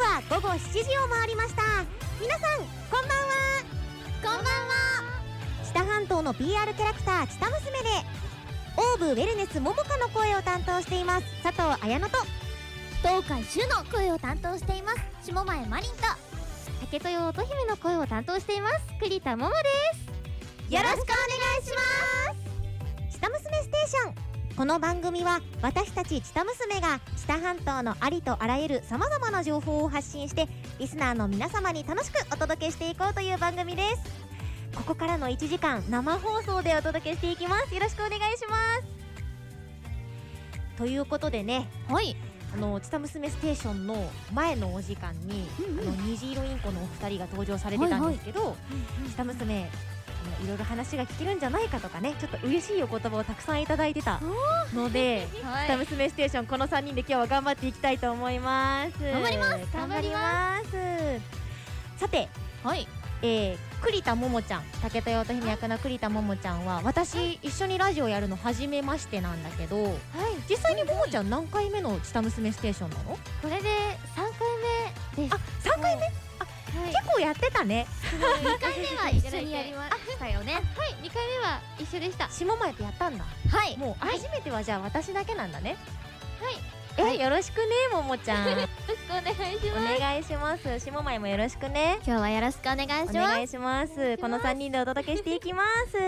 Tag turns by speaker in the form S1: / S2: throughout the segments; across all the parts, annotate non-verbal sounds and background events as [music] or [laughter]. S1: は午後7時を回りました皆さんこんばんはこんばんは知多半島の PR キャラクター知多娘でオーブウェルネスももかの声を担当しています佐藤綾乃と
S2: 東海主の声を担当しています下前マリンと
S1: 竹豊乙姫の声を担当しています栗田桃ですよろしくお願いします下娘ステーションこの番組は私たち下娘が下半島のありとあらゆるさまざまな情報を発信してリスナーの皆様に楽しくお届けしていこうという番組ですここからの1時間生放送でお届けしていきますよろしくお願いしますということでね
S2: はい
S1: あの「ちた娘ステーション」の前のお時間に、
S2: うんうん
S1: あの虹色インコのお二人が登場されてたんですけど、ちた娘あのいろいろ話が聞けるんじゃないかとかねちょっと嬉しいお言葉をたくさんいただいてたので「
S2: は
S1: ちた娘ステーション」この3人で今日は頑張っていきたいと思います
S2: 頑張ります
S1: 頑張りますさて
S2: はい
S1: えー栗田桃ちゃん竹田乙姫役の栗田桃ちゃんは私一緒にラジオやるの初めましてなんだけど
S2: はい
S1: 実際に桃ちゃん何回目の「ちた娘ステーション」なの
S2: これで三回目です
S1: あ3回目
S2: はい
S1: 結構やってたね
S2: 二回 [laughs] 目は一緒にやりましたよねはい二回目は一緒でした
S1: 下前ってやったんだ
S2: はい
S1: もう初めてはじゃあ私だけなんだね
S2: はい
S1: え、よろしくね桃ちゃ [laughs] ん
S2: よろしくお願いし
S1: お
S2: ます
S1: 願いします下前もよろしくね
S2: 今日はよろしくお願い
S1: お願いします
S2: お願いします
S1: この3人でお届けしていきます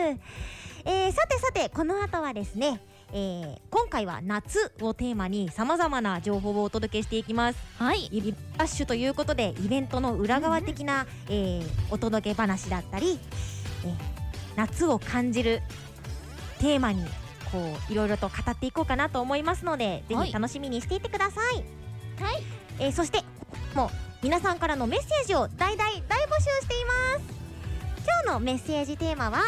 S1: えー、さてさてこの後はですね、えー、今回は夏をテーマにさまざまな情報をお届けしていきます
S2: はい
S1: リブラッシュということでイベントの裏側的な、えーお届け話だったり、えー夏を感じるテーマにこういろいろと語っていこうかなと思いますのでぜ
S2: は
S1: ひ
S2: い
S1: 楽しみにしていてください、
S2: はい
S1: えーそしてもう皆さんからのメッセージを大大大募集しています今日のメッセージテーマは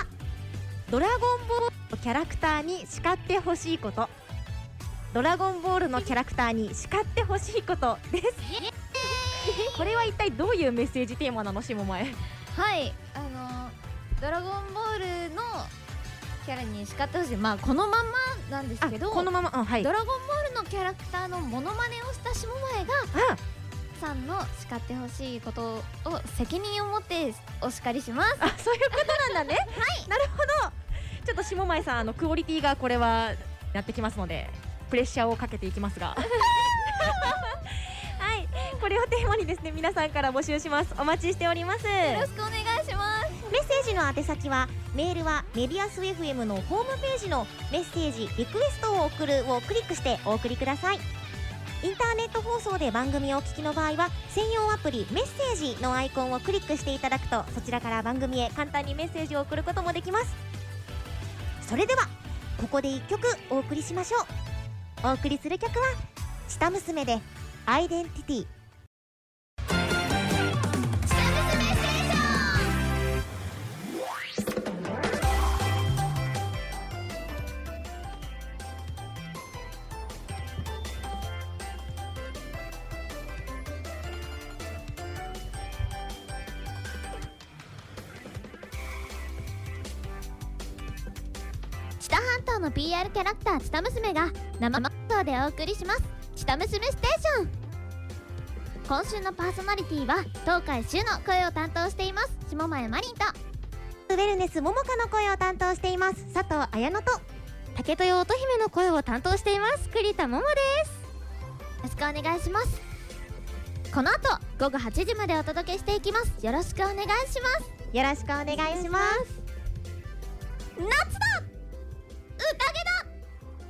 S1: 「ドラゴンボールのキャラクターに叱ってほしいこと」ドラゴンボールのキャラクターに叱ってほしいことです。これは一体どういうメッセージテーマなのしもまえ。
S2: はいあのドラゴンボールのキャラに叱ってほしいまあこのまんまなんです
S1: あ、
S2: けど
S1: このまま、あ、はい。
S2: ド
S1: あ、
S2: ラゴンボールのキャラクターのモノマネをした下前がさんの叱ってほしいことを責任を持ってお叱りします
S1: あ、そういうことなんだね。はい。なるほど。ちょっとしもまえさん、あのクオリティがこれはやってきますので、プレッシャーをかけていき
S2: [laughs]
S1: ますが。はい、これをテーマにですね、皆さんから募集します。お待ちしております。
S2: よろしくお願いします
S1: メッセージの宛先はメールはメディアス FM のホームページのメッセージリクエストを送るをクリックしてお送りくださいインターネット放送で番組をお聞きの場合は専用アプリメッセージのアイコンをクリックしていただくとそちらから番組へ簡単にメッセージを送ることもできますそれではここで一曲お送りしましょうお送りする曲は「下娘」で「アイデンティティ」
S2: 知多半島の PR キャラクター知多娘が生放送でお送りします知多娘ステーション今週のパーソナリティは東海周の声を担当しています下前マリンと
S1: ウェルネスももかの声を担当しています佐藤綾乃と竹豊乙姫の声を担当しています栗田桃で
S2: よろしくお願いしますこの後午後8時までお届けしていきますよろしくお願いします
S1: すよろしくお願いします
S2: 夏だ宴だ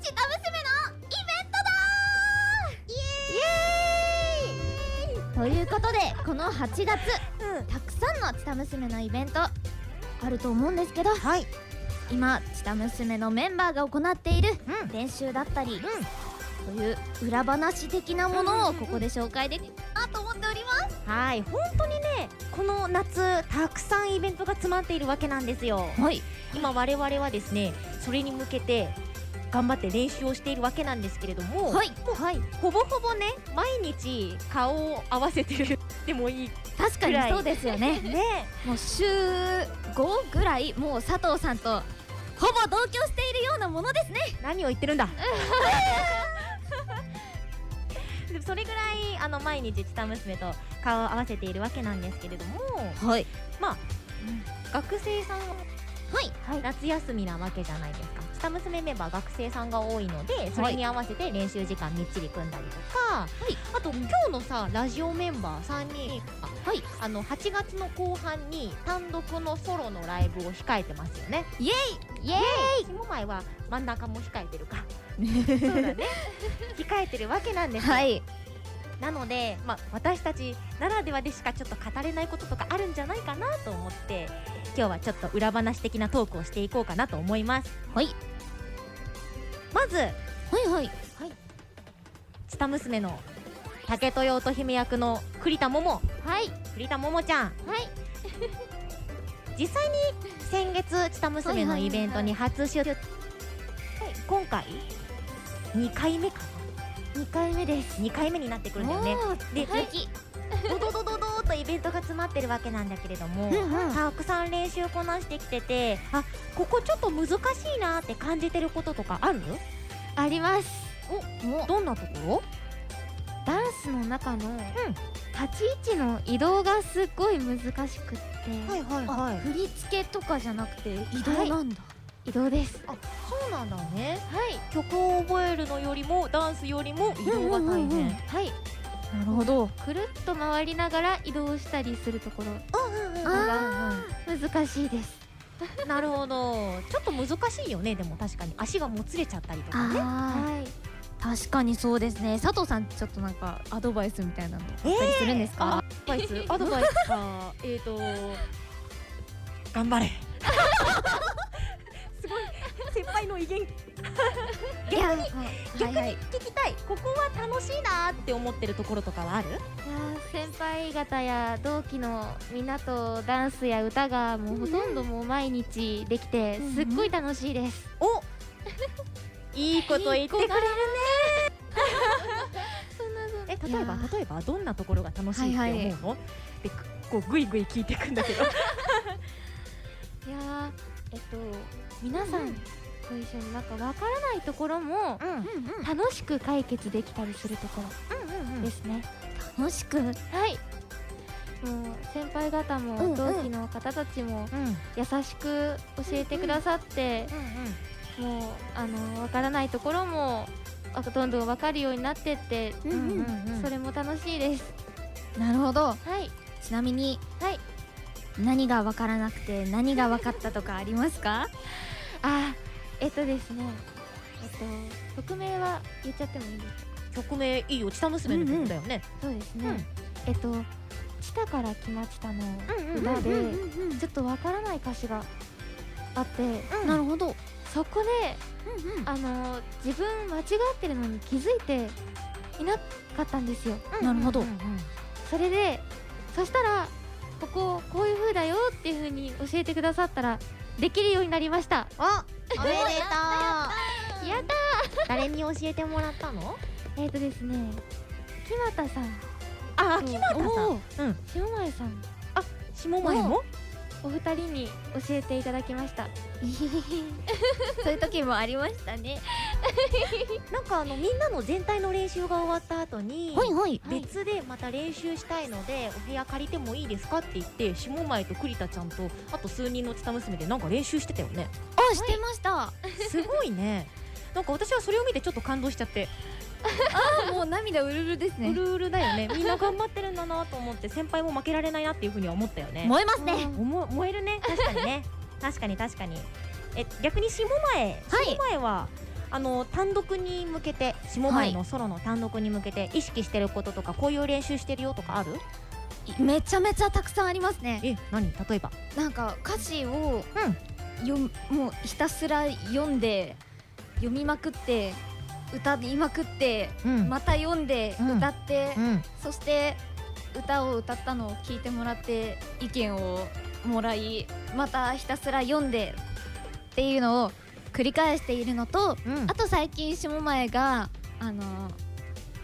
S2: ちた娘のイベントだイエーイということでこの8
S1: う
S2: 月たくさんのちた娘のイベントあると思うんですけど
S1: んはい
S2: 今ちた娘のメンバーが行っている
S1: うん
S2: 練習だったり
S1: う
S2: という裏話的なものをここで紹介できるなと思っております
S1: んはい本当にねこの夏たくさんイベントが詰まっているわけなんですよ
S2: はい
S1: 今我々はですねそれに向けて頑張って練習をしているわけなんですけれども、
S2: はい
S1: もうほぼほぼね毎日顔を合わせてる [laughs] でもいい
S2: 確かにそうですよね
S1: ね
S2: もう週5ぐらいもう佐藤さんとほぼ同居して
S1: [laughs]
S2: いるようなものですね
S1: 何を言ってるんだ。すそれぐらいあの毎日チタ娘と顔を合わせているわけなんですけれども
S3: はい
S1: 学生さん
S3: はいはい
S1: 夏休みなわけじゃないですかチタ娘メンバー学生さんが多いのでそれに合わせて練習時間みっちり組んだりとか、
S3: い
S1: あと今日のさラジオメンバー3人あ
S3: はい
S1: あの8月の後半に単独のソロのライブを控えてますよね
S3: イエー
S1: その前は真ん中も控えて
S3: [laughs]
S1: るか
S3: イ
S1: そうだね控えてるわけなんですよ
S3: い
S1: なので、まあ、私たちならではでしかちょっと語れないこととかあるんじゃないかなと思って今日はちょっと裏話的なトークをしていこうかなと思います
S3: はい
S1: まず
S3: はいはい
S1: 「チタ娘」の竹豊乙姫役の栗田桃
S3: はい
S1: 栗田桃ちゃん
S3: はい
S1: 実際に先月「チタ娘」のイベントに初出はい今回2回目か
S3: 二回目です
S1: 2回目になってくるんだよねで
S3: で次
S1: ドドドドドーっとイベントが詰まってるわけなんだけれども
S3: は
S1: たくさん練習こなしてきててあここちょっと難しいなって感じてることとかある
S2: あります
S3: いも
S1: どんなところ
S2: ダンスの中の立ち位置の移動がすっごい難しくって、
S1: いはい
S3: あ振り付けとかじゃなくて移動なんだ
S2: 移動です
S1: そうなんだね
S3: はい
S1: 曲を覚えるのよりもダンスよりも移動が大変、
S2: うんうんうんうん
S3: はい
S1: なるほど
S2: くるっと回りながら移動したりするところ
S1: あ
S2: 難しいです
S1: ーなるほどちょっと難しいよねでも確かに足がもつれちゃったりとかね
S3: あ
S2: はい
S3: ー確かにそうですね佐藤さんちょっとなんかアドバイスみたいなのあったりするんです
S1: ア
S3: か、
S1: ドバイス [laughs] アドバイス [laughs] かえっと頑張れ [laughs] すごい先輩の威厳
S3: いや
S1: 逆に
S3: はいはい
S1: 聞きたいここは楽しいなーって思ってるところとかはある
S2: いやー先輩方や同期のみんなとダンスや歌がもうほとんどもう毎日できて
S3: うん
S2: すっごい楽しいです、
S1: お [laughs] いいこと言ってくれるねえ
S3: いや
S1: 例えば
S3: ー
S1: 例えばどんなところが楽しいって
S3: は
S1: 思
S3: いはいう
S1: の、でこうグイグイ聞いていくんだけど
S2: いやーえっと皆さんご一緒になんかわからないところも
S1: [laughs] うんうん
S3: うんうん
S2: 楽しく解決できたりするところですね、
S3: 楽しく
S2: はい。もう先輩方
S3: うんう
S2: も
S3: ん
S2: 同期の方たちも
S1: うんうん
S2: 優しく教えてくださって、もうあのわからないところもあどんどんわかるようになってって、
S3: うんうん
S1: うんうんうん
S2: それも楽しいです。
S3: なるほど
S2: はい。
S3: ちなみに、
S2: はい
S3: 何が分からなくて何が分かったとかありますか
S2: あ、えっとですね。えっと匿名は言っちゃってもいいですか。
S1: 曲名いいよ「ちた娘」の曲だよね、
S2: そうです
S1: う
S2: ね。
S1: ん
S2: えっとチタから来ましたの
S1: うんうんうん
S2: 歌で、
S3: うん
S2: ちょっとわからない歌詞があって、
S1: うん
S3: なるほど、
S2: そこであの自分間違ってるのに気づいていなかったんですよ
S3: なるほど
S1: うんうんうん
S2: それでそしたらこここういう風だよっていう風に教えてくださったらできるようになりました
S1: あおめでと
S2: やった
S1: う誰に教えてもらったの
S2: えっ、ー、とですね木俣さん
S1: あ
S2: と
S1: 木俣さん
S2: お
S1: う
S2: ー
S1: ん
S2: 塩前さん
S1: 下前も
S2: お二人に教えていただきました
S3: [laughs] そういう時もありましたね
S1: なんかあのみんなの全体の練習が終わった後に
S3: はいはい
S2: はい
S1: 別でまた練習したいのでお部屋借りてもいいですかって言って下前と栗田ちゃんとあと数人のチタ娘でなんか練習してた
S3: [laughs]
S1: よね
S3: あしてました、
S1: すごいねなんか私はそれを見てちょっと感動しちゃって
S3: もう涙うるうるです
S1: うるうるだよねみんな頑張ってるんだなと思って先輩も負けられないなっていうふうには思ったよね
S3: 燃えますねは
S1: おも燃えるね確かにね確かに確かにえ逆に下前
S3: い
S1: 前はあの単独に向けて下前のソロの単独に向けて意識してることとかこういう練習してるよとかある
S3: めちゃめちゃたくさんありますね
S1: え何例えば
S3: なんか歌詞を読む、もうひたすら読んで読みまくって歌いまくって
S1: うん
S3: また読んで
S1: うん
S3: 歌って、
S1: うん
S3: そして歌を歌ったのを聞いてもらって意見をもらいまたひたすら読んでっていうのを繰り返しているのと
S1: うん
S3: あと最近下前があの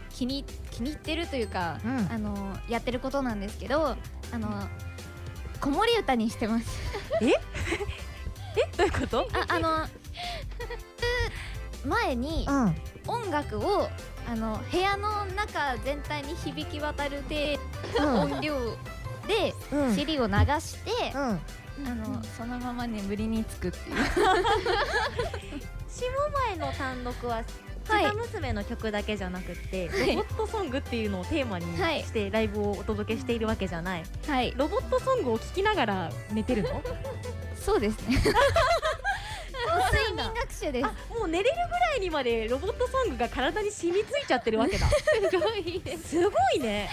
S3: 気に気に入ってるというか、
S1: うん
S3: あのやってることなんですけどあの子守歌にして
S4: [laughs]
S3: ます。
S1: えどういうこと
S3: ああの前に
S1: ん
S3: 音楽を
S4: あの部屋の中全体に響き渡るで
S1: うん
S4: 音量で
S1: うんうん、
S4: 尻を流して、あのそのまま眠りにつくっていう
S1: 下前の単独は「
S4: はい
S1: ちた娘」の曲だけじゃなくって、
S4: はい
S1: ロボットソングっていうのをテーマに
S4: はい
S1: してライブをお届けしているわけじゃない、
S4: [laughs] はい
S1: ロボットソングを聴きながら寝てるの
S4: そうです [laughs] ね睡眠学習です
S1: あもう寝れるぐらいにまでロボットソングが体に染みついちゃってるわけだ
S4: すごいです
S1: [laughs] すごいね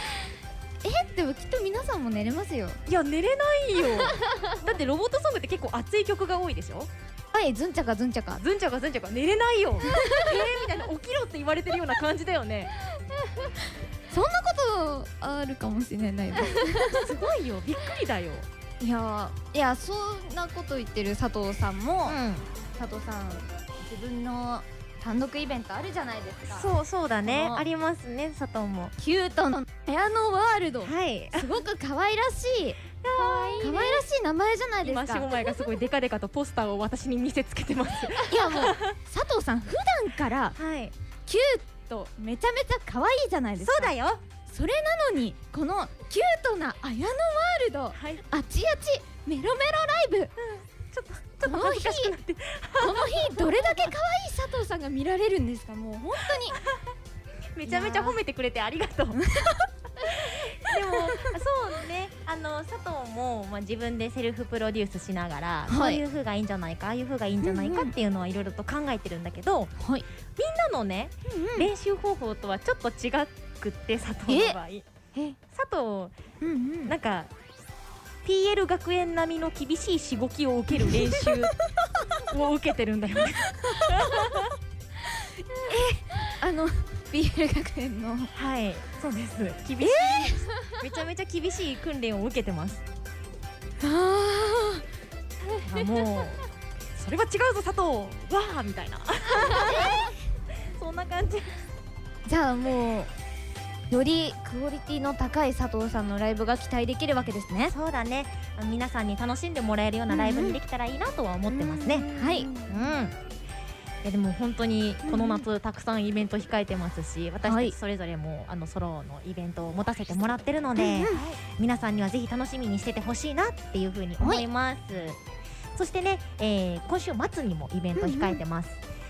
S4: でもきっと皆さんも寝れますよ
S1: いや寝れない [laughs] よだってロボットソングって結構熱い曲が多いでしょ
S4: はいずんちゃかずんちゃか
S1: ずんちゃんがずんちゃんが寝れないよえーみたいな起きろって言われてるような感じだよね
S4: そんなことあるかもしれないです
S1: すごいよびっくりだよ
S4: [laughs] いやーいやそんなこと言ってる佐藤さんも、
S1: ん
S4: 佐藤さん自分の単独イベントあるじゃないですか
S1: そうそうだね
S4: あ
S1: ありますね佐藤も
S4: キュートの部屋のワールド
S1: はい
S4: すごく可愛らしい可愛い可愛らしい名前じゃないです
S1: 今
S4: か
S1: 下前がすごいデカデカとポスターを私に見せつけてます
S4: いやもう佐藤さん普段から
S1: はい
S4: キュートめちゃめちゃ可愛いじゃないですか
S1: だよ
S4: それなのにこのキュートな綾野ワールド
S1: はい
S4: あちあちメロメロライブ
S1: ちょっとちょっと恥ずかしくなって
S4: この日どれだけ可愛い佐藤さんが見られるんですかもう本当に
S1: めちゃめちゃ褒めてくれてありが
S4: [laughs]
S1: とう。でもそうねあの佐藤も、まあ、自分でセルフプロデュースしながら、
S4: はい
S1: こういう風がいいんじゃないかああいう風がいいんじゃないかっていうのはいろいろと考えてるんだけど、
S4: はい
S1: みんなのね、
S4: うん
S1: 練習方法とはちょっと違くって佐藤の場合
S4: え
S1: 佐
S4: うんう
S1: 藤なんか PL 学園並みの厳しいしごきを受ける練習を受けてるんだよ
S4: [laughs]
S1: ね。
S4: あの BL 学園の
S1: はい、そうです。厳しい、めちゃめちゃ厳しい訓練を受けてます。
S4: あ
S1: あもうそれは違うぞ佐藤わあみたいな、 [laughs] そんな感じ
S4: じゃあもうよりクオリティの高い佐藤さんのライブが期待できるわけですね
S1: そうだね皆さんに楽しんでもらえるようなライブにできたらいいなとは思ってますね
S4: はい
S1: うん、いやでも本当にこの夏たくさんイベント控えてますし私
S4: は
S1: た
S4: い
S1: ちそれぞれもあのソロのイベントを持たせてもらってるので、皆さんにはぜひ楽しみにしててほしいなっていうふうに思います、そしてね、えー今週末にもイベント控えてます、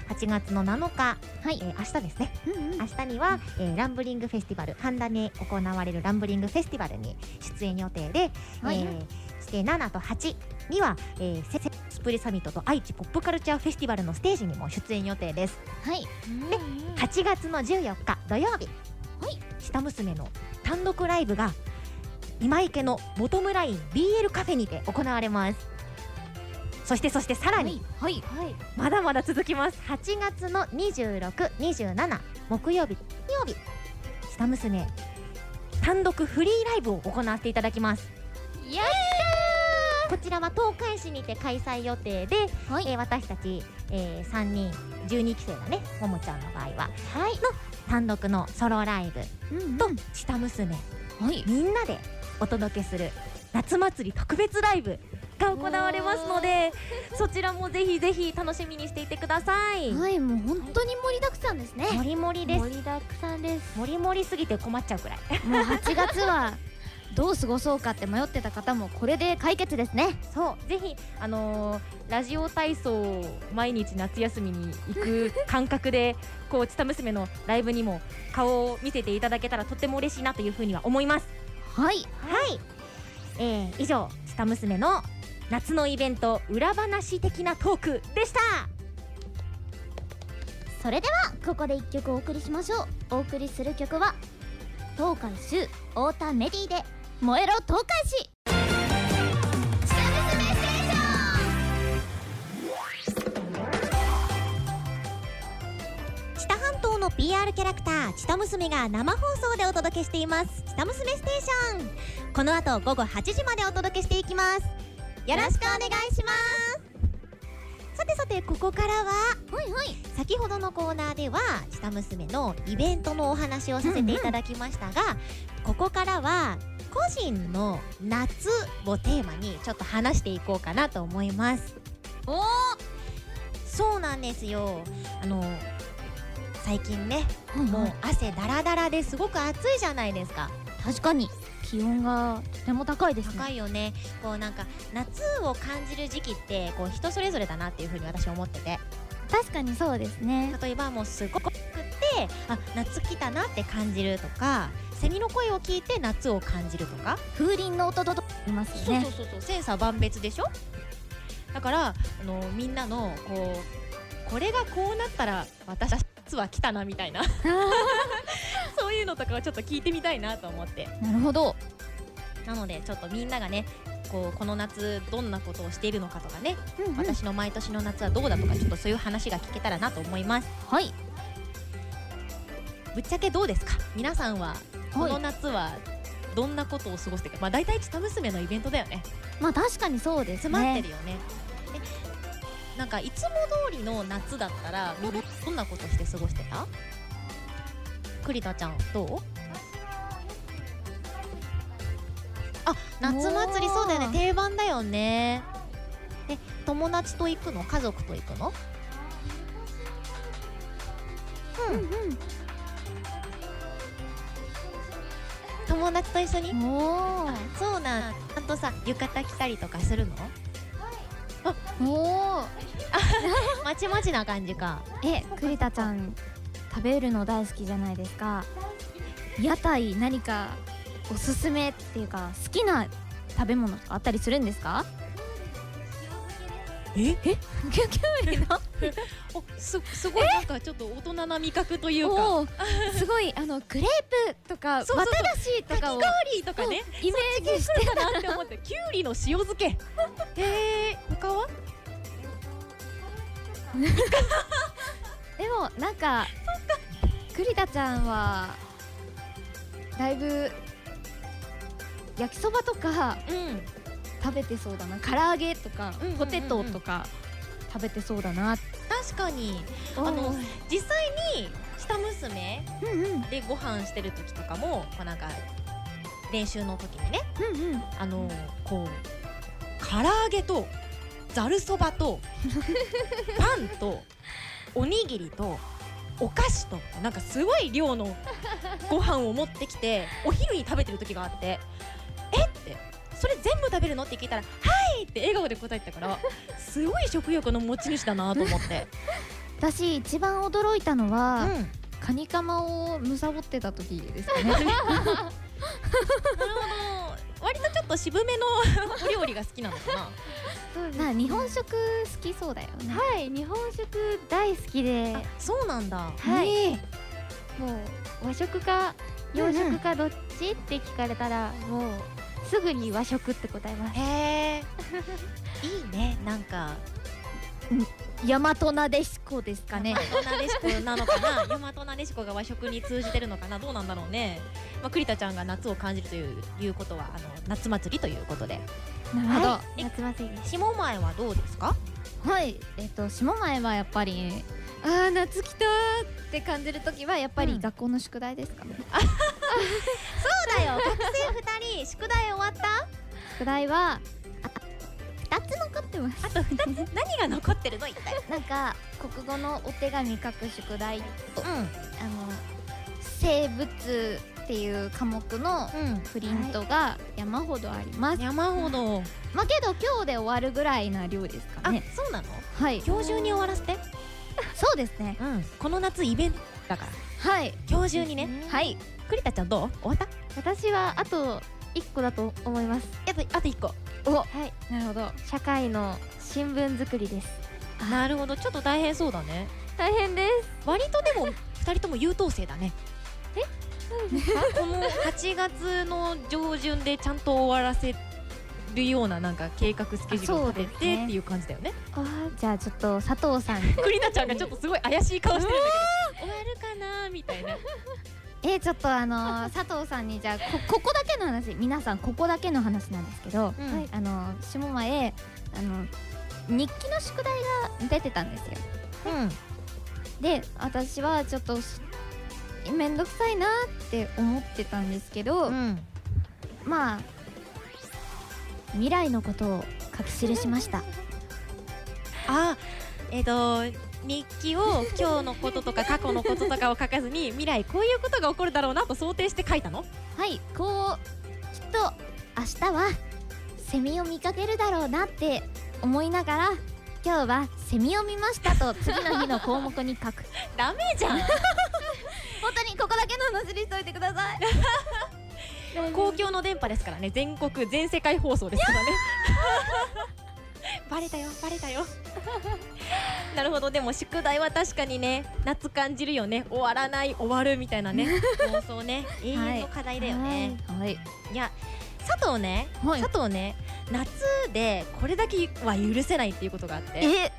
S1: 8月の7日、
S3: はい
S1: えー明日ですね
S3: うん
S1: 明日には、えーランブリングフェスティバル半田に行われるランブリングフェスティバルに出演予定で、
S4: はい
S1: えーそして7と8には、えー、セセスプリサミットと愛知ポップカルチャーフェスティバルのステージにも出演予定です
S3: はい
S1: で8月の14日土曜日、
S3: はい
S1: 下娘の単独ライブが今池のボトムライン BL カフェにて行われますそしてそしてさらに、
S4: はい
S1: まだまだ続きます8月の26、27木曜日、金曜日下娘単独フリーライブを行っていただきます
S4: イエ
S1: こちらは東海市にて開催予定で、
S3: はい
S1: えー私たち、えー3人12期生だねももちゃんの場合は、の単独のソロライブ
S4: うん
S1: と下娘
S4: はい
S1: みんなでお届けする夏祭り特別ライブが行われますのでそちらもぜひぜひ楽しみにしていてください。
S3: はいもう本当に盛りだくさん [laughs] ですね
S1: もりもりです。
S3: りだくさんです
S1: もりもりすぎて困っちゃうくらい。
S4: もう8月はどう過ごそうかって迷ってた方もこれで解決ですね
S1: [laughs] そう、ぜひあのーラジオ体操を毎日夏休みに行く感覚で、こうちた娘のライブにも顔を見せていただけたらとっても嬉しいなというふうには思います。
S4: はい
S1: はい。えー、以上ちた娘の夏のイベント裏話的なトークでした。
S3: それではここで1曲お送りしましょうお送りする曲は東海州太田メディで「燃えろ東海市」下娘ステーシ
S1: 知多半島の PR キャラクター知多娘が生放送でお届けしています知多娘ステーションこの後午後8時までお届けしていきますよろしくお願いしますさてさてここからは
S3: ョンはいはい
S1: 先ほどのコーナーでは知多娘のイベントのお話をさせていただきましたが、ここからは個人の夏をテーマにちょっと話していこうかなと思います
S4: おー
S1: そうなんですよあの最近ねも
S4: も
S1: う
S4: う
S1: 汗だらだらですごく暑いじゃないですか
S4: 確かに気温がとても高いですね
S1: 高いよねこうなんか夏を感じる時期ってこう人それぞれだなっていうふうに私思ってて
S4: 確かにそうですね
S1: 例えばもうすごくってあ夏来たなって感じるとかセミの声を聞いて夏を感じるとか
S4: 風鈴の音とといます
S1: そ
S4: よ
S1: う
S4: ね
S1: そうそうそう、センサー万別でしょだからあのみんなのこうこれがこうなったら私は来たなみた
S4: [laughs]
S1: いなそういうのとかをちょっと聞いてみたいなと思って
S4: なるほど
S1: なのでちょっとみんながねこうこの夏どんなことをしているのかとかね、私の毎年の夏はどうだとかちょっとそういう話が聞けたらなと思います
S4: はい
S1: ぶっちゃけどうですか皆さんはこの
S4: はい
S1: 夏はどんなことを過ごしてるか、まあ大体「ちた娘」のイベントだよね
S4: まあ確かにそうです
S1: 詰まって
S4: ね
S1: るよねえなんかいつも通りの夏だったらみんなどんなことして過ごしてた栗田ちゃんどうあ夏祭り
S4: おー
S1: そうだよね定番だよねえ友達と行くの家族と行くのうんうん友達と一緒に
S4: おおー
S1: そうなんちゃんとさ浴衣着たりとかするの
S4: おー
S1: まちまちな感じか
S4: え栗田ちゃん食べるの大好きじゃないですか屋台何かおすすめっていうか好きな食べ物とかあったりするんですか
S1: え
S4: キュキュウリの
S1: おすすごいなんかちょっと大人な味覚というか
S4: おーすごいあのクレープとか
S1: そうそうそう
S4: 綿菓子と
S1: かき
S4: かを
S1: 氷とかね
S4: イメージして
S1: かなって思ってきゅうりの塩漬けえー、他は
S4: でもなんか栗田ちゃんはだいぶ焼きそばとか
S1: うん
S4: 食べてそうだな唐揚げとか
S1: うんうんうんうん
S4: ポテトとか食べてそうだな
S1: 確かに
S4: あ
S1: あの実際に下娘
S4: うんうんうん
S1: でご飯してる時とかもこうなんか練習の時にね
S4: うん
S1: あのこう唐揚げとざるそば [laughs] とパンとおにぎりとお菓子となんかすごい量のご飯を持ってきてお昼に食べてる時があってえってそれ全部食べるのって聞いたらはいって笑顔で答えてたからすごい食欲の持ち主だなと思って、
S4: 私一番驚いたの
S1: う
S4: は、
S1: ん
S4: カニカマをむさぼってた時ですかね [laughs]
S1: 割とちょっと渋 [laughs] めのお料理が好きなのかな
S2: そうです
S4: な日本食好きそうだよね
S2: はい日本食大好きで
S1: あそうなんだ
S2: はい
S1: ね
S2: もう和食か洋食かどっちって聞かれたらもうすぐに和食って答えます
S1: へ [laughs] えいいねなんか
S4: 大和なでしこですかね
S1: 大和なでしこなのかな [laughs] 大和なでしこが和食に通じてるのかなどうなんだろうね、まあ、栗田ちゃんが夏を感じるといういうことはあの夏祭りということで
S4: なるほどは
S2: はい夏祭りです
S1: 下前はどうですか
S4: い、えっ、と下前はやっぱりあー夏来たーって感じる時はやっぱ
S1: うん
S4: り学校の宿題ですかね、
S1: そうだよ学生2人宿題終わった
S4: 宿題はあ2つ残ってます
S1: あと2つ何が残ってるの一体
S4: なんか国語のお手紙書く宿題と
S1: う
S4: あの生物っていう科目の
S1: んう
S4: プリントが山ほどあります、
S1: 山ほど
S4: まあけど今日で終わるぐらいな量ですか
S1: あ
S4: ね
S1: そうなの
S4: はい
S1: 今日中に終わらせて
S4: そうですね
S1: うんこの夏イベントだから
S4: はい
S1: 今日中にね
S4: はい
S1: 栗田ちゃんどう終わった
S2: 私はあと一個だと思います
S1: やっぱあと1個
S4: お
S2: はい
S4: なるほど
S2: 社会の新聞作りです
S1: なるほどちょっと大変そうだね
S2: 大変で
S1: 割とでも二人とも優等生だねえこの8月の上旬でちゃんと終わらせるようななんか計画スケジュールを立て
S4: そうです
S1: て
S4: ね
S1: っていう感じだよ [laughs] ね
S2: すあー
S4: じゃあちょっと佐藤さん [laughs]
S1: 栗田ちゃんがちょっとすごい怪しい顔してるんだけど終わるかなみたいな
S4: えー、ちょっとあ [laughs] のー佐藤さんにじゃあこここだけの話皆さんここだけの話なんですけど、
S1: うん
S4: はいあのー下前あの日記の宿題が出てたんですよで私はちょっとしめんどくさいなって思ってたんですけど、
S1: ん
S4: まあ未来のことを書き記しました
S1: あえっ、と日記を今日のこととか過去のこととかを書かずに未来こういうことが起こるだろうなと想定して書いたの
S3: はいこうきっと明日はセミを見かけるだろうなって思いながら今日はセミを見ましたと次の日の項目に
S4: [laughs]
S3: 書く
S1: ダメじゃん
S3: 本当にここだけの話にしといてください
S1: 公共の電波ですからね全国全世界放送ですからねバレたよバレたよなるほどでも宿題は確かにね夏感じるよね終わらない終わるみたいなね妄想ね永遠の課題だよね、い
S4: はい
S1: や佐藤ね、
S4: はい
S1: 佐藤ね夏でこれだけは許せないっていうことがあって
S4: え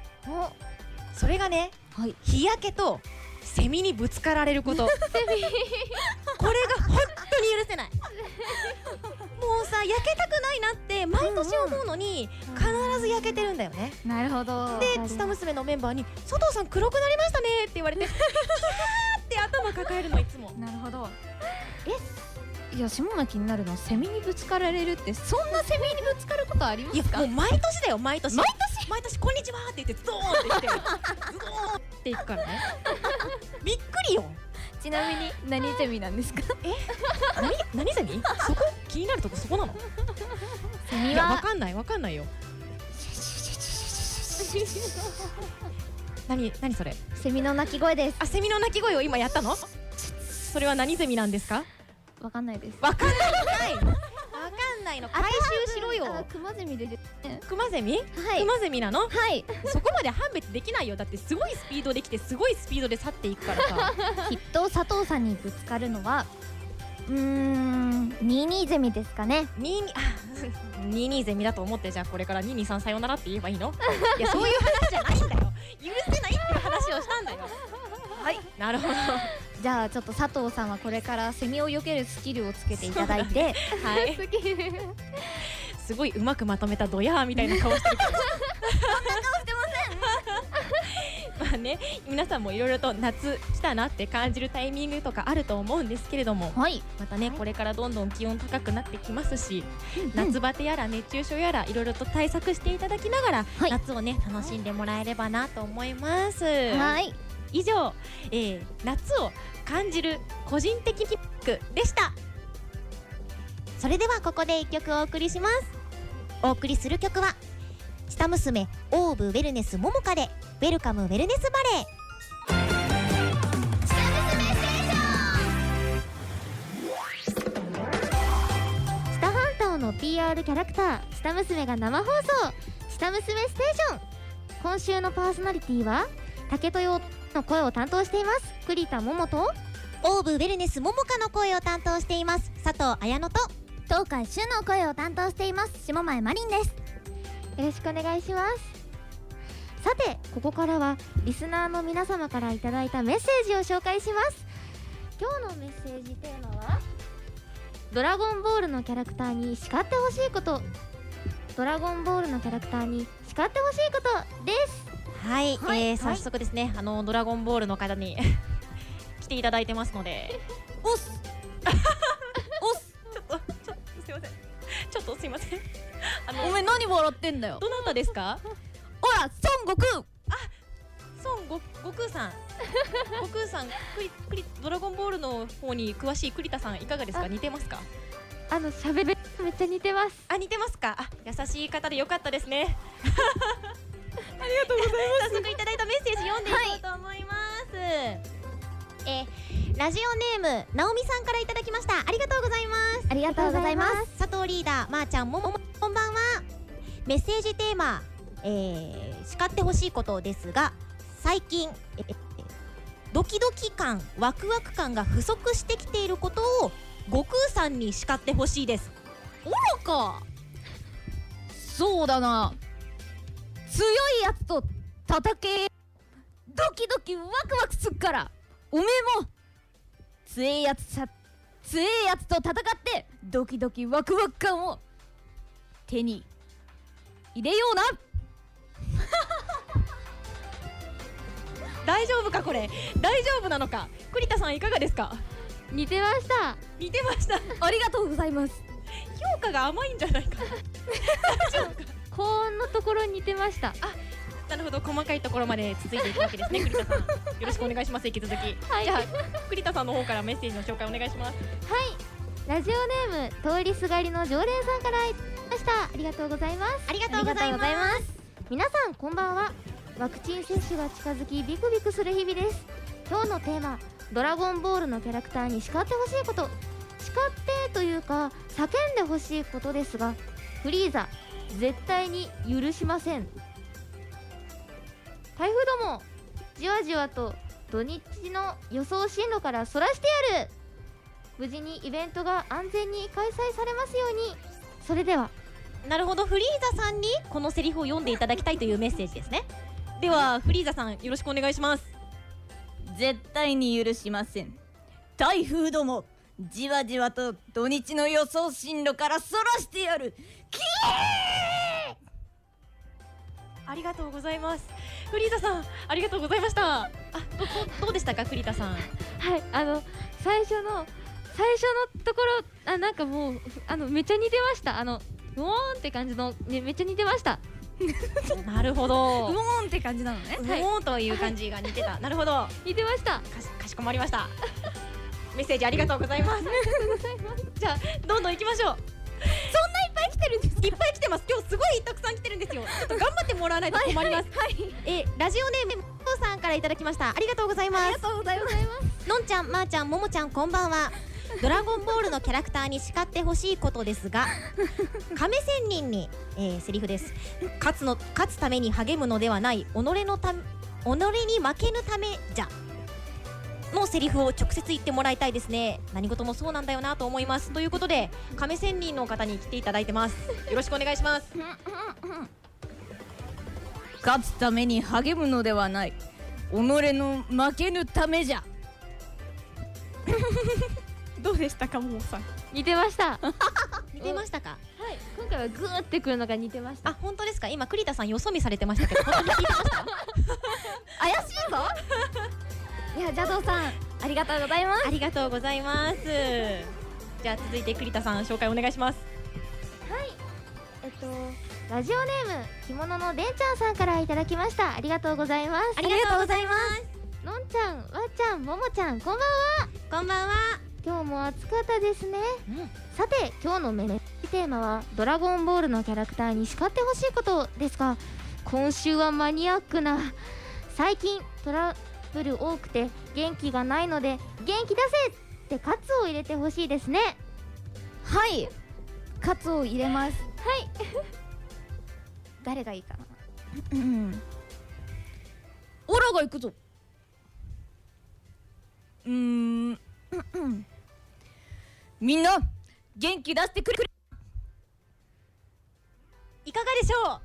S1: それがね、
S4: はい
S1: 日焼けとセミにぶつかられることこれが本当に許せ [laughs] ないもうさ焼けたくないなって毎年思うのに必ず焼けてるんだよね、
S4: なるほど
S1: でツタ娘のメンバーに「佐藤さん黒くなりましたね」って言われて「キャー!」って頭抱えるのいつも
S4: なるほどえいや下が気になるのはセミにぶつかられるってそんなセミにぶつかることありま
S1: いや
S4: すか
S1: もう毎年だよ毎年
S4: 毎
S1: 年毎年「こんにちは」って言ってズドーンって言って [laughs] ズドーンっていくからね [laughs] びっくりよ
S4: ちなみに何セミなんですか
S1: 何何ゼミそこ気になるとこそこなの
S4: セミ
S1: いやわかんないわかんないよ何何それ
S4: セミの鳴き声です
S1: あセミの鳴き声を今やったのそれは何ゼミなんですか
S4: わかんないです
S1: わかんないわかんないの回収しろ
S4: あ
S1: よ
S4: クマゼミでです
S1: クマゼミ
S4: は
S1: クマゼミなの
S4: はい
S1: そこまで判別できないよだってすごいスピードできてすごいスピードで去っていくから [laughs] さ
S3: きっと佐藤さんにぶつかるのはうーん22ゼミですかね
S1: ニーニあニーニーゼミだと思ってじゃあこれからニーニーさんさようならって言えばいいのいやそういう話じゃないんだよ許せないっていう話をしたんだよはいなるほどは
S3: じゃあちょっと佐藤さんはこれからセミを避けるスキルをつけていただいて
S1: いすごいうまくまとめたドヤーみたいな顔してる [laughs] けどそんな顔してませんまあね皆さんもいろいろと夏来たなって感じるタイミングとかあると思うんですけれども
S3: はい
S1: [laughs] またね、これからどんどん気温高くなってきますし、
S3: うん
S1: 夏バテやら熱中症やらいろいろと対策していただきながら、
S3: はい
S1: 夏をね楽しんでもらえればなと思います。
S3: はい
S1: 以上、えー夏を感じる個人的ピックでした。
S3: それではここで一曲お送りします
S1: お送りする曲は
S3: 「下娘オーブウェルネスももか」で「ウェルカムウェルネスバレー」
S2: スタハンタオの PR キャラクター「スタ娘」が生放送「スタ娘ステーション」今週のパーソナリティは竹豊の声を担当しています栗田桃と
S3: オーブウェルネスももかの声を担当しています佐藤綾乃と東海柊の声を担当しています下前真凛です
S2: よろしくお願いしますさてここからはリスナーの皆様からいただいたメッセージを紹介します今日のメッセージテーマはドラゴンボールのキャラクターに叱ってほしいことドラゴンボールのキャラクターに叱ってほしいことです
S1: はい、
S3: はい
S1: えー
S3: はい
S1: 早速ですね、あのドラゴンボールの方に [laughs] 来ていただいてますので
S3: おっす
S1: おすちょっとちょっとすいませんちょっとすいませんあの
S4: お前何笑ってんだよ
S1: どなたですか
S4: ほら孫悟空
S1: 孫悟悟空さん悟空さんクリクリドラゴンボールの方に詳しい栗田さんいかがですか
S2: あ
S1: 似てますか
S2: あの喋るめっちゃ似てます
S1: あ似てますかあ優しい方で良かったです [laughs] ねありがとうございます早速いただいたメッセージ読んでいこうと思います、えーラジオネームなおみさんからいただきましたありがとうございます
S3: ありがとうございます
S1: 佐藤リーダーまー、ちゃんもももこんばんはメッセージテーマ、えー叱ってほしいことですが最近ええドキドキ感ワクワク感が不足してきていることを悟空さんに叱ってほしいです
S4: そうかそうだな強いやつと叩けドキドキワクワクすっからおめえも強いやつさ強いやつと戦ってドキドキワクワク感を手に入れような
S1: 大丈夫かこれ大丈夫なのか栗田さんいかがですか
S2: 似てました
S1: 似てました
S4: ありがとうございます
S1: 評価が甘いんじゃないか
S2: 高音のところ似てました
S5: なるほど細かいところまで続いていくわけですね栗田さんよろしくお願いします引き続き、じゃあ栗田さんの方からメッセージの紹介お願いします
S2: ラジオネーム通りすがりの常連さんからいただきましたありがとうございます
S1: ありがとうございます
S2: 皆さんこんばんはワクチン接種が近づきビクビクする日々です今日のテーマドラゴンボールのキャラクターに叱ってほしいこと叱ってというか叫んでほしいことですがフリーザ絶対に許しません台風どもじわじわと土日の予想進路からそらしてやる無事にイベントが安全に開催されますようにそれでは
S1: なるほどフリーザさんにこのセリフを読んでいただきたいというメッセージですねではフリーザさんよろしくお願いします
S6: 絶対に許しません台風どもじわじわと土日の予想進路からそらしてやる
S5: ありがとうございますフリーザさんありがとうございましたあどどどうでしたか栗田さん
S2: はいあの最初の最初のところあなんかもうあのめっちゃ似てましたあのうおーんって感じの、ね、めっちゃ似てました
S5: なるほ
S4: う
S5: ど
S4: おーんって感じなのね
S5: うおーという感じが似てたなるほどか
S2: 似てました
S5: しかしこまりま
S1: [laughs]
S5: したメッセージありがとうございます
S1: [laughs]
S5: じゃあどんどん行きましょうそんないっぱい来てるんですいっぱい来てます今日すごいたくさん来てるんですよちょっと頑張ってもらわないと困ります
S1: えラジオネームもこさんからいただきましたありがとうございます
S4: りがとうございます
S1: のんちゃん、まー、ちゃん、ももちゃん、こんばんは。ドラゴンボールのキャラクターに叱ってほしいことで
S5: [laughs]
S1: すが、亀仙人に、えー、セリフです。勝つの、勝つために励むのではない、己のため、己に負けぬためじゃ。のセリフを直接言ってもらいたいですね。何事もそうなんだよなと思います。ということで、亀仙人の方に来ていただいてます。よろしくお願いします。
S6: 勝つために励むのではない己の負けぬためじゃ
S5: どうでしたかももさん
S2: 似てま [laughs] したはい
S1: 似てましたか。
S2: 今回はグーってくるのが似てました
S1: あ、本当ですか。今栗田さんよそ見されてましたけど、本当に聞いてました。
S4: 怪しいぞいや邪道さんありがとうございます
S1: ありがとうございます。
S5: じゃあ続いて栗田さん紹介お願いします
S2: えっとラジオネーム着物のでんちゃんさんからいただきましたありがとうございます
S1: ありがとうございます。
S2: のんちゃんわっちゃんももちゃんこんばんは
S1: こんばんは。
S2: 今日も暑かったですね、
S1: うん
S2: さて今日のメッセージテーマは「ドラゴンボールのキャラクターに叱ってほしいこと」ですが今週はマニアックな最近トラブル多くて元気がないので「元気出せ!」ってカツを入れてほしいですね
S4: はいカツを入れますはい誰がいいかなうん
S6: オラが行くぞうーんうんうんみんな元気出してくれ
S5: いかがでしょ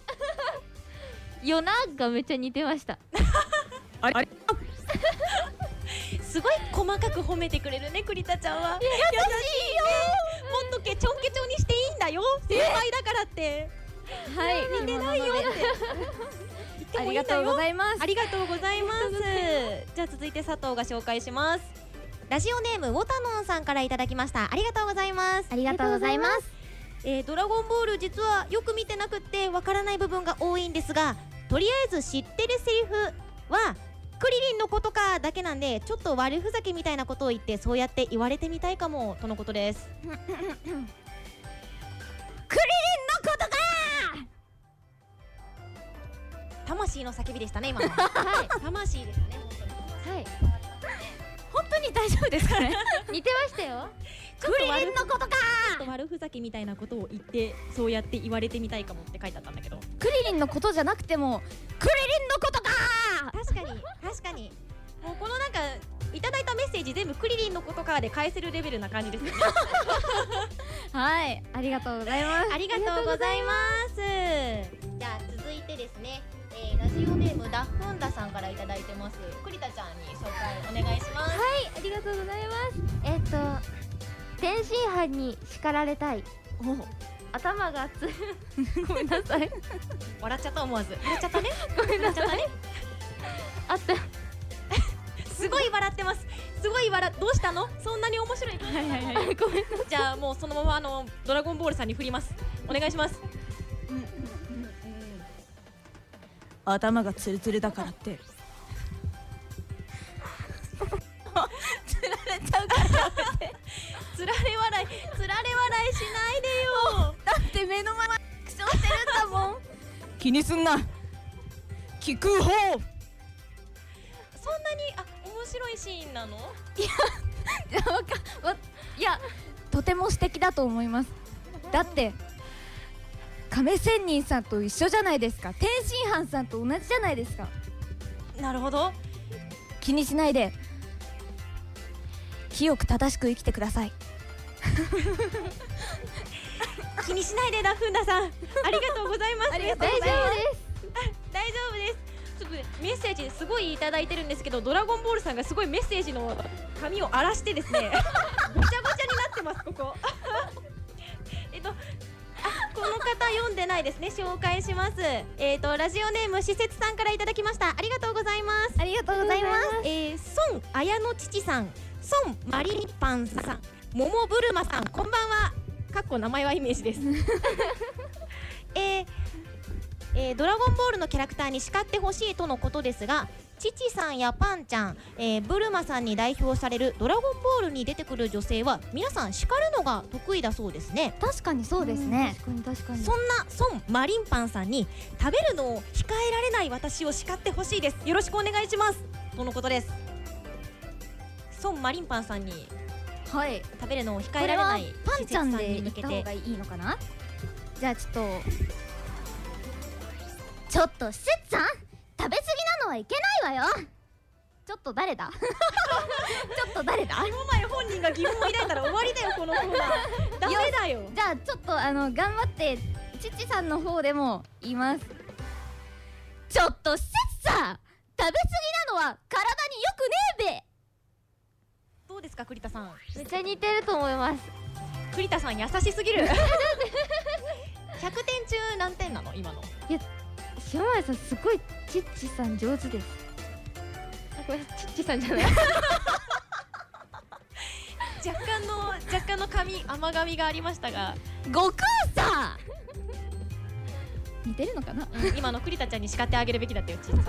S5: う
S2: 「よな」がめっちゃ似てました
S6: あれ
S5: すごい細かく褒めてくれるね栗田ちゃんは優しいよもっとけちょんけちょにしていいんだよ先輩だからって
S4: はい似てないよ [laughs] ありがとうございます
S1: ありがとうございます。じゃあ続いて佐藤が紹介します。ラジオネームウォタノンさんからいただきました。ありがとうございます。
S3: ありがとうございます
S1: えードラゴンボール実はよく見てなくってわからない部分が多いんですが、とりあえず知ってるセリフはクリリンのことかだけなんでちょっと悪ふざけみたいなことを言ってそうやって言われてみたいかもとのことです。魂の叫びでしたね今 [laughs] のは。魂ですね。
S2: はい
S6: 本当に大丈夫ですかね
S2: 似てましたよ
S1: クリリンのことかちょっと悪ふざけみたいなことを言ってそうやって言われてみたいかもって書いてあったんだけど
S4: [laughs] クリリンのことじゃなくてもクリリンのことか
S1: 確かに確かにもうこのなんかいただいたメッセージ全部クリリンのことかで返せるレベルな感じですね
S4: はいありがとうございます
S1: ありがとうございますじゃあ続いてですね、えーラジオネームダッフンダさんからいただいてます栗田ちゃんに紹介お願いします
S2: ありがとうございますえっと天津飯に叱られたい頭が
S4: [laughs]
S2: つごめんなさい
S1: 笑っちゃった思わず笑っちゃったね
S2: ごめんな
S1: 笑っちゃ
S2: さい
S1: ったね
S2: あった
S1: すごい笑ってますすごい笑どうしたのそんなに面白いはいはいはいごめん [laughs] じゃあもうそのままあのドラゴンボールさんに振りますお願いします
S7: 頭がツルツルだからって
S1: つられちゃうからやめてつられ笑いつられ笑いしないでよ
S7: だって目の前苦笑してるんだもん気にすんな聞く方
S1: [laughs] そんなにあ面白いシーンなの
S4: いやとても素敵だと思いますだって亀仙人さんと一緒じゃないですか天津飯さんと同じじゃないですか
S1: なるほど
S4: 気にしないで清く正しく生きてください
S1: 気にしないでラフンダ [laughs] さんありがとうございますありがとうございます大丈夫ですちょっとねメッセージすごいいただいてるんですけどドラゴンボールさんがすごいメッセージの紙を荒らして [laughs] ですねごちゃごちゃになってますこ [laughs] こえっとあこの方読んでないですね紹介しますえっ、とラジオネーム施設さんからいただきましたありがとうございます
S8: ありがとうございます
S2: えー、孫綾の父さん、孫マリリパンさん、桃ブルマさん、こんばんは。かっこ名前はイメー
S8: [laughs]
S2: ジです。えーえードラゴンボールのキャラクターに叱ってほしいとのことですが父さんやパンちゃん、えーブルマさんに代表される「ドラゴンボール」に出てくる女性は皆さん叱るのが得意だそうですね
S4: 確かにそうですね確かに
S2: そんな孫マリンパンさんに食べるのを控えられない私を叱ってほしいですよろしくお願いしますとのことです孫マリンパンさんに
S4: はい
S2: 食べるのを控
S4: こ
S2: えら
S4: れ
S2: れ
S4: は
S2: ない
S4: パンちゃんで
S2: 施設
S4: 行
S2: さに向
S4: った方
S2: け
S4: が
S2: て
S4: いいのかなじゃあちょっと
S9: ちょっと施設さん食べ過ぎなのはいけないわよちょっと誰
S2: [laughs]
S9: だちょっと誰だ
S1: 疑問前本人が疑問を抱いたら終わりだよこのコーナー [laughs] ダメだよ
S4: じゃあちょっとあの頑張って父さんの方でも言います
S9: ちょっと施設さん食べ過ぎなのは体によくねえべ
S1: どうですか栗田さん
S8: めっちゃ似てると思います
S1: 栗田さん優しすぎ [laughs] る100点中何点なの今の
S8: 島前さんすごいチッチさん上手ですあこれチッチさんじゃない
S1: 若干の若干の髪甘髪がありましたが、
S9: 悟空さん
S4: 似てるのかな
S1: うん今の栗田ちゃんに叱ってあげるべきだったよちいさん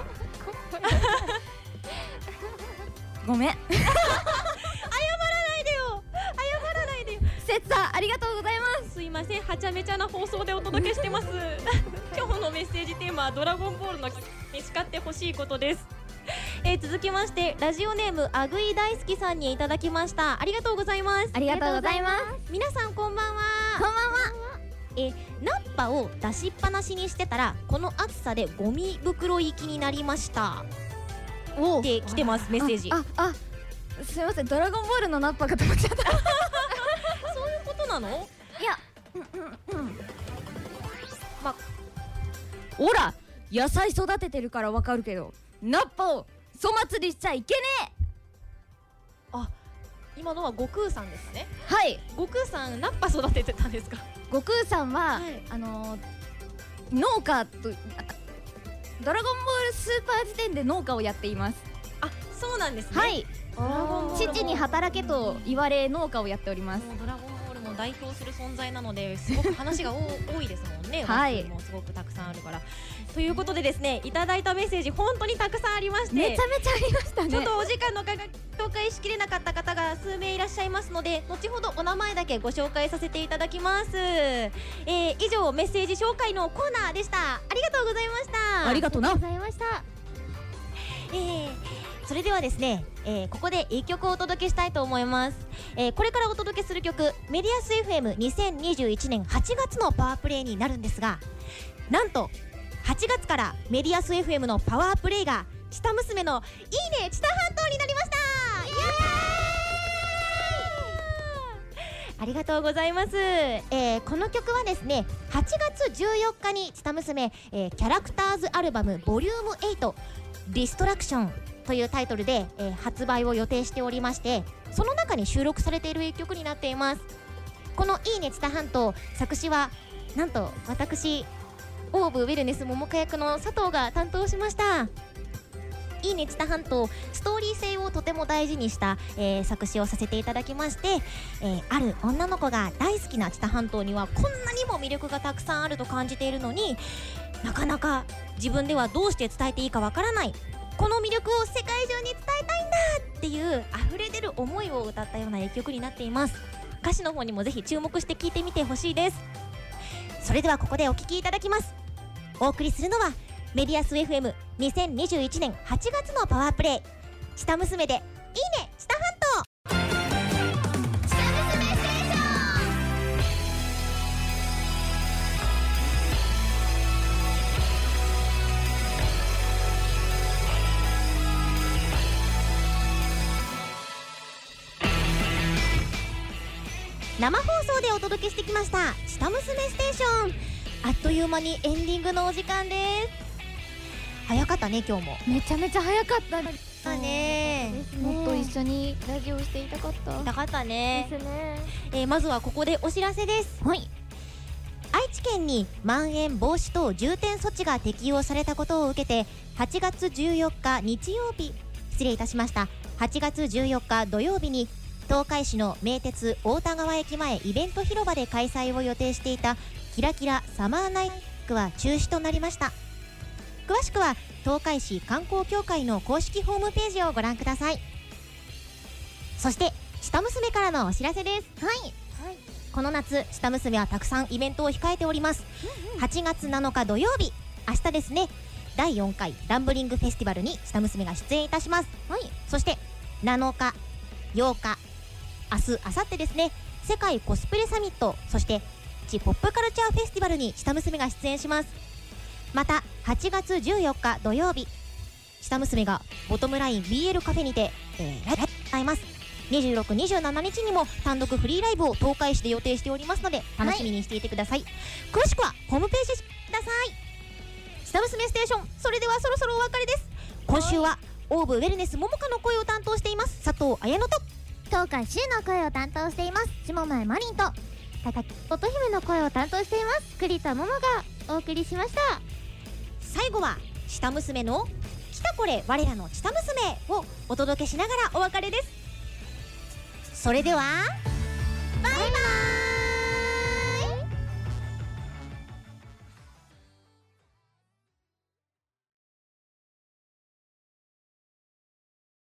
S4: ご [laughs] めん
S1: 謝らないでよ
S4: せっさんありがとうございます
S1: いませんはちゃめちゃな放送でお届けして
S4: [laughs]
S1: ます今日のメッセージテーマはドラゴンボールの叱ってほしいことですえー続きましてラジオネームあぐい大好きさんにいただきましたありがとうございます
S4: ありがとうございます
S2: 皆さんこんばんはこんばんはえナッパを出しっぱなしにしてたらこの暑さでゴミ袋行きになりました
S4: お
S2: で来てますメッセージ
S4: あああすいませんドラゴンボールのナッパが止まっちゃった
S1: ことなの
S4: ほら野菜育ててるからわかるけどナッパを粗末にしちゃいけね
S1: 今のは悟空さんですね
S4: えはい
S1: 悟空さんナッパ育ててたんですか
S4: 悟空さんは、
S1: はい
S4: あのー農家とドラゴンボールスーパー時点で農家をやっています
S1: あそうなんですね
S4: はい
S1: ドラゴンボールも
S4: 父に働けと言われ農家をやっております
S1: もうドラゴンボールも代表する存在なの
S4: [laughs]
S1: ですごく話がお多いですもんね、
S4: はい
S1: 話数もすごくたくさんあるから。ということでですねいただいたメッセージ本当にたくさんありまして
S4: めちゃめちゃありましたね
S1: ちょっとお時間のかが紹介しきれなかった方が数名いらっしゃいますので後ほどお名前だけご紹介させていただきます、えー以上メッセージ紹介のコーナーでしたありがとうございました
S7: ありがとうな
S8: ございました
S2: えーそれではですね、えーここで一曲をお届けしたいと思います、えーこれからお届けする曲メディアス FM2021 年8月のパワープレイになるんですがなんと8月からメディアス FM のパワープレイがチタ娘の「いいねチタ半島」になりましたイエーイありがとうございます、えーこの曲はですね8月14日にチタ娘、えーキャラクターズアルバムボリューム8ディストラクションというタイトルで、えー発売を予定しておりましてその中に収録されている一曲になっていますこの「いいねつた半島」作詞はなんと私オーブウェルネス桃花役の佐藤が担当しました
S1: 「いいね知多半島」ストーリー性をとても大事にした、えー作詞をさせていただきまして、えーある女の子が大好きな知多半島にはこんなにも魅力がたくさんあると感じているのになかなか自分ではどうして伝えていいかわからないこの魅力を世界中に伝えたいんだっていう溢れ出る思いを歌ったような一曲になっています歌詞の方にもぜひ注目して聴いてみてほしいですそれではここでお聴きいただきますお送りするのはメディアス FM2021 年8月のパワープレイ「下娘でいいね下半島」生放送でお届けしてきました「下娘ステーション」あっという間にエンディングのお時間です早かったね今日も
S4: めちゃめちゃ早かったです
S1: だね
S4: もっと一緒にラジオしていたかった
S1: 痛かったね
S2: ですね
S1: えーまずはここでお知らせです。愛知県にまん延防止等重点措置が適用されたことを受けて8月14日日曜日失礼いたしました8月14日土曜日に東海市の名鉄大田川駅前イベント広場で開催を予定していたキラキラサマーナイトは中止となりました詳しくは東海市観光協会の公式ホームページをご覧くださいそして下娘からのお知らせですはい、この夏下娘はたくさんイベントを控えております、8月7日土曜日明日ですね第4回ランブリングフェスティバルに下娘が出演いたしますはいそして7日8日明日明後日ですね世界コスプレサミットそして地ポップカルチャーフェスティバルに下娘が出演しますまた8月14日土曜日下娘がボトムライン BL カフェにて、えー、ライブを行います26、27日にも単独フリーライブを東海市で予定しておりますので楽しみにしていてください、詳しくはホームページください下娘ステーションそれではそろそろお別れです今週はオーブウェルネスももかの声を担当しています佐藤綾乃と
S3: 東海柊の声を担当しています下前マリンと
S2: 高木乙姫の声を担当しています栗田桃がお送りしました
S1: 最後は下娘の「来たこれ我らの下娘」をお届けしながらお別れですそれでは